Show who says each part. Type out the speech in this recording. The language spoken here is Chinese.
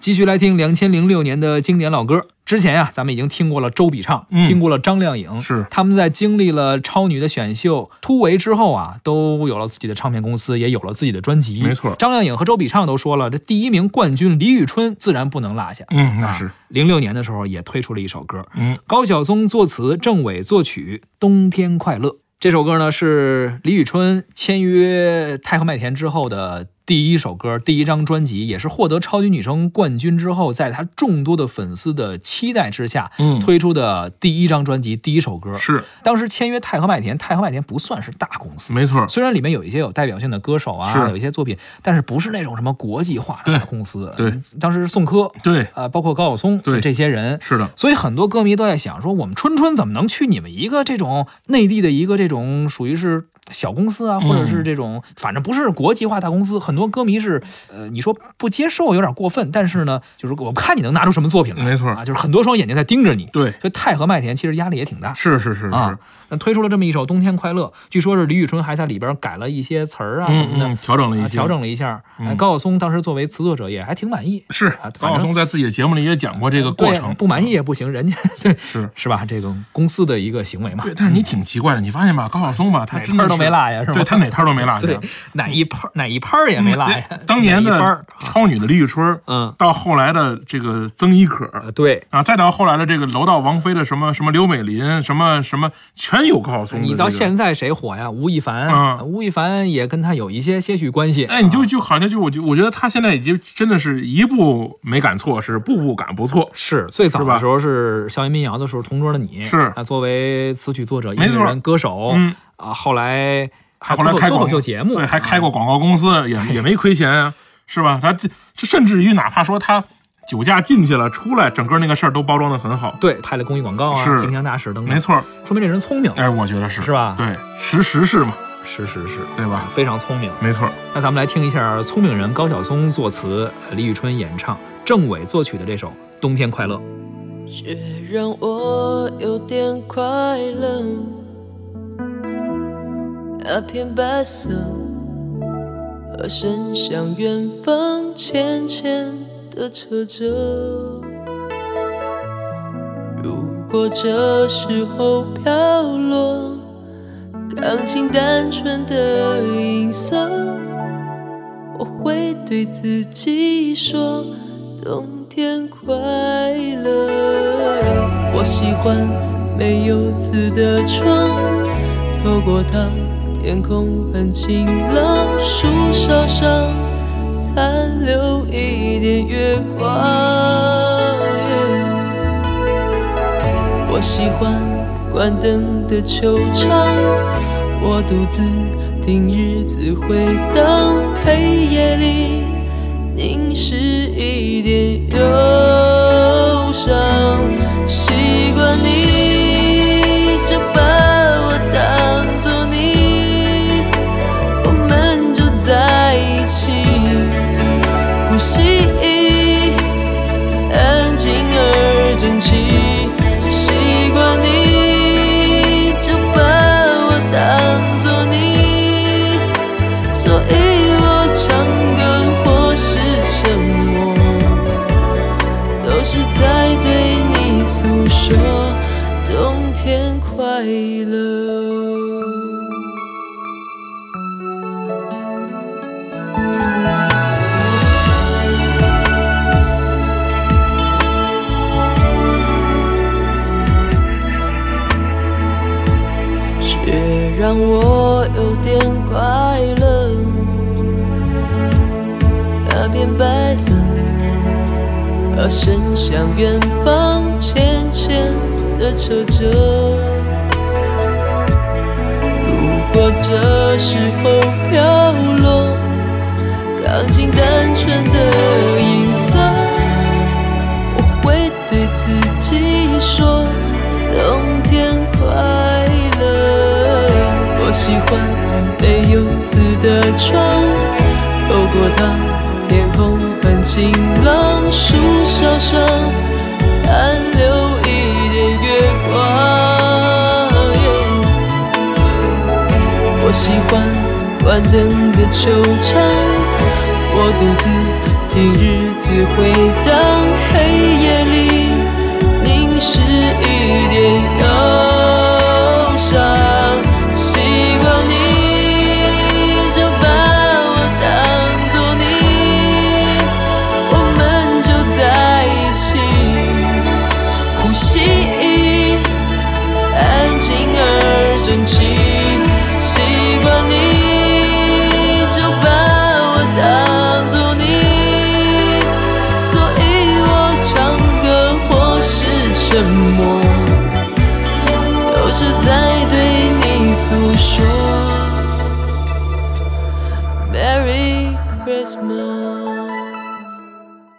Speaker 1: 继续来听两千零六年的经典老歌。之前呀、咱们已经听过了周笔畅，
Speaker 2: 嗯
Speaker 1: 听过了张靓颖，
Speaker 2: 是
Speaker 1: 他们在经历了超女的选秀突围之后啊，都有了自己的唱片公司，也有了自己的专辑。
Speaker 2: 没错
Speaker 1: 张靓颖和周笔畅都说了，这第一名冠军李宇春自然不能落下。
Speaker 2: 嗯，那是，
Speaker 1: 啊零六、06年的时候也推出了一首歌，
Speaker 2: 嗯，
Speaker 1: 高晓松作词，郑伟作曲，《冬天快乐》这首歌呢是李宇春签约太和麦田之后的第一首歌，第一张专辑，也是获得超级女声冠军之后，在她众多的粉丝的期待之下，
Speaker 2: 嗯
Speaker 1: 推出的第一张专辑第一首歌。
Speaker 2: 是
Speaker 1: 当时签约太和麦田，太和麦田不算是大公司。
Speaker 2: 没错儿，
Speaker 1: 虽然里面有一些有代表性的歌手啊，
Speaker 2: 嗯是
Speaker 1: 有一些作品，但是不是那种什么国际化的大
Speaker 2: 对
Speaker 1: 公司。
Speaker 2: 对
Speaker 1: 嗯，当时宋柯，
Speaker 2: 对，
Speaker 1: 啊，包括高晓松
Speaker 2: 对
Speaker 1: 这些人，
Speaker 2: 是的，
Speaker 1: 所以很多歌迷都在想说，我们春春怎么能去你们一个这种内地的一个这种属于是小公司啊，
Speaker 2: 嗯
Speaker 1: 或者是这种反正不是国际化大公司，很多歌迷是呃，你说不接受有点过分，但是呢，就是我看你能拿出什么作品来
Speaker 2: 没错儿，
Speaker 1: 啊，就是很多双眼睛在盯着你。
Speaker 2: 对，
Speaker 1: 所以太和麦田其实压力也挺大
Speaker 2: 是是是是
Speaker 1: 啊，。那推出了这么一首《冬天快乐》，据说是李宇春还在里边改了一些词儿啊什
Speaker 2: 嗯
Speaker 1: 么的，
Speaker 2: 嗯，调整了一
Speaker 1: 啊
Speaker 2: 些，
Speaker 1: 调整了一下。哎高晓松当时作为词作者也还挺满意，
Speaker 2: 是
Speaker 1: 啊反
Speaker 2: 高晓
Speaker 1: 正
Speaker 2: 松在自己的节目里也讲过这个过
Speaker 1: 对，
Speaker 2: 程，嗯
Speaker 1: 不满意也不行，人家这
Speaker 2: 是
Speaker 1: 是吧？这个公司的一个行为嘛，
Speaker 2: 对，但是你挺奇怪的，你发现吧，高晓松吧，他
Speaker 1: 哪
Speaker 2: 真
Speaker 1: 摊
Speaker 2: 的
Speaker 1: 儿都
Speaker 2: 是
Speaker 1: 没落呀，是吧？
Speaker 2: 对他哪摊儿都没落下。
Speaker 1: 对哪一拍哪一拍儿也没落呀
Speaker 2: 哎，当年
Speaker 1: 哪一拍
Speaker 2: 的
Speaker 1: 儿啊
Speaker 2: 超女的李宇春，
Speaker 1: 嗯
Speaker 2: 到后来的这个曾轶可，
Speaker 1: 啊，对。
Speaker 2: 啊，再到后来的这个楼道王菲的什么什么刘美琳，什么什么，全有高晓松的、
Speaker 1: 你到，现在谁火呀？吴亦凡，
Speaker 2: 嗯
Speaker 1: 吴亦凡也跟他有一些些许关系。
Speaker 2: 哎，你就就好像就我就我觉得他现在已经真的是一步没赶错，是步步赶不错。
Speaker 1: 是最早
Speaker 2: 是吧
Speaker 1: 的时候是校园民谣的时候，《同桌的你》
Speaker 2: 是
Speaker 1: 啊，作为词曲作者、音
Speaker 2: 没错
Speaker 1: 乐人、歌手，
Speaker 2: 嗯
Speaker 1: 啊，后来还
Speaker 2: 后来
Speaker 1: 做
Speaker 2: 开
Speaker 1: 脱口
Speaker 2: 广
Speaker 1: 秀节目，
Speaker 2: 对，还
Speaker 1: 啊
Speaker 2: 开过广告公司，也也没亏钱啊，是吧？他这这甚至于哪怕说他酒驾进去了，出来整个那个事儿都包装的很好，
Speaker 1: 对拍了公益广告啊，
Speaker 2: 是
Speaker 1: 形象大使等等，
Speaker 2: 没，错儿。
Speaker 1: 说明这人聪明，
Speaker 2: 哎，我觉得是
Speaker 1: 是吧
Speaker 2: 对，识时事嘛，
Speaker 1: 是是是，
Speaker 2: 对吧？
Speaker 1: 非常聪明。
Speaker 2: 没错儿，
Speaker 1: 那咱们来听一下聪明人高晓松作词，呃李宇春演唱，郑伟作曲的这首《冬天快乐》。
Speaker 3: 雪让我有点快乐，那片白色和伸向远方，浅浅的扯着。如果这时候飘落，钢琴单纯的音色，我会对自己说。冬天快乐。我喜欢没有字的窗，透过它，天空很晴朗，树梢上残留一点月光。我喜欢关灯的球场，我独自听日子回荡，黑夜里。凝视一点忧伤，习惯你就把我当作你，我们就在一起，呼吸安静而整齐，习惯你就把我当作你。所以我唱歌或是沉默，都是在对你诉说冬天快乐。雪让我有点快乐，那片白色，而伸向远方，浅浅的扯着。如果这时候飘落，钢琴单纯的音色。我会对自己说，冬天快乐。我喜欢没有字的窗，透过它，天空很晴朗，树梢上残留一点月光。我喜欢关灯的球场，我独自听日子回荡黑夜里，凝视一点忧伤。希望你就把我当作你，我们就在一起，呼吸。安静而整齐。习惯你就把我当作你，所以我唱歌或是沉默，都是在对你诉说。Merry Christmas。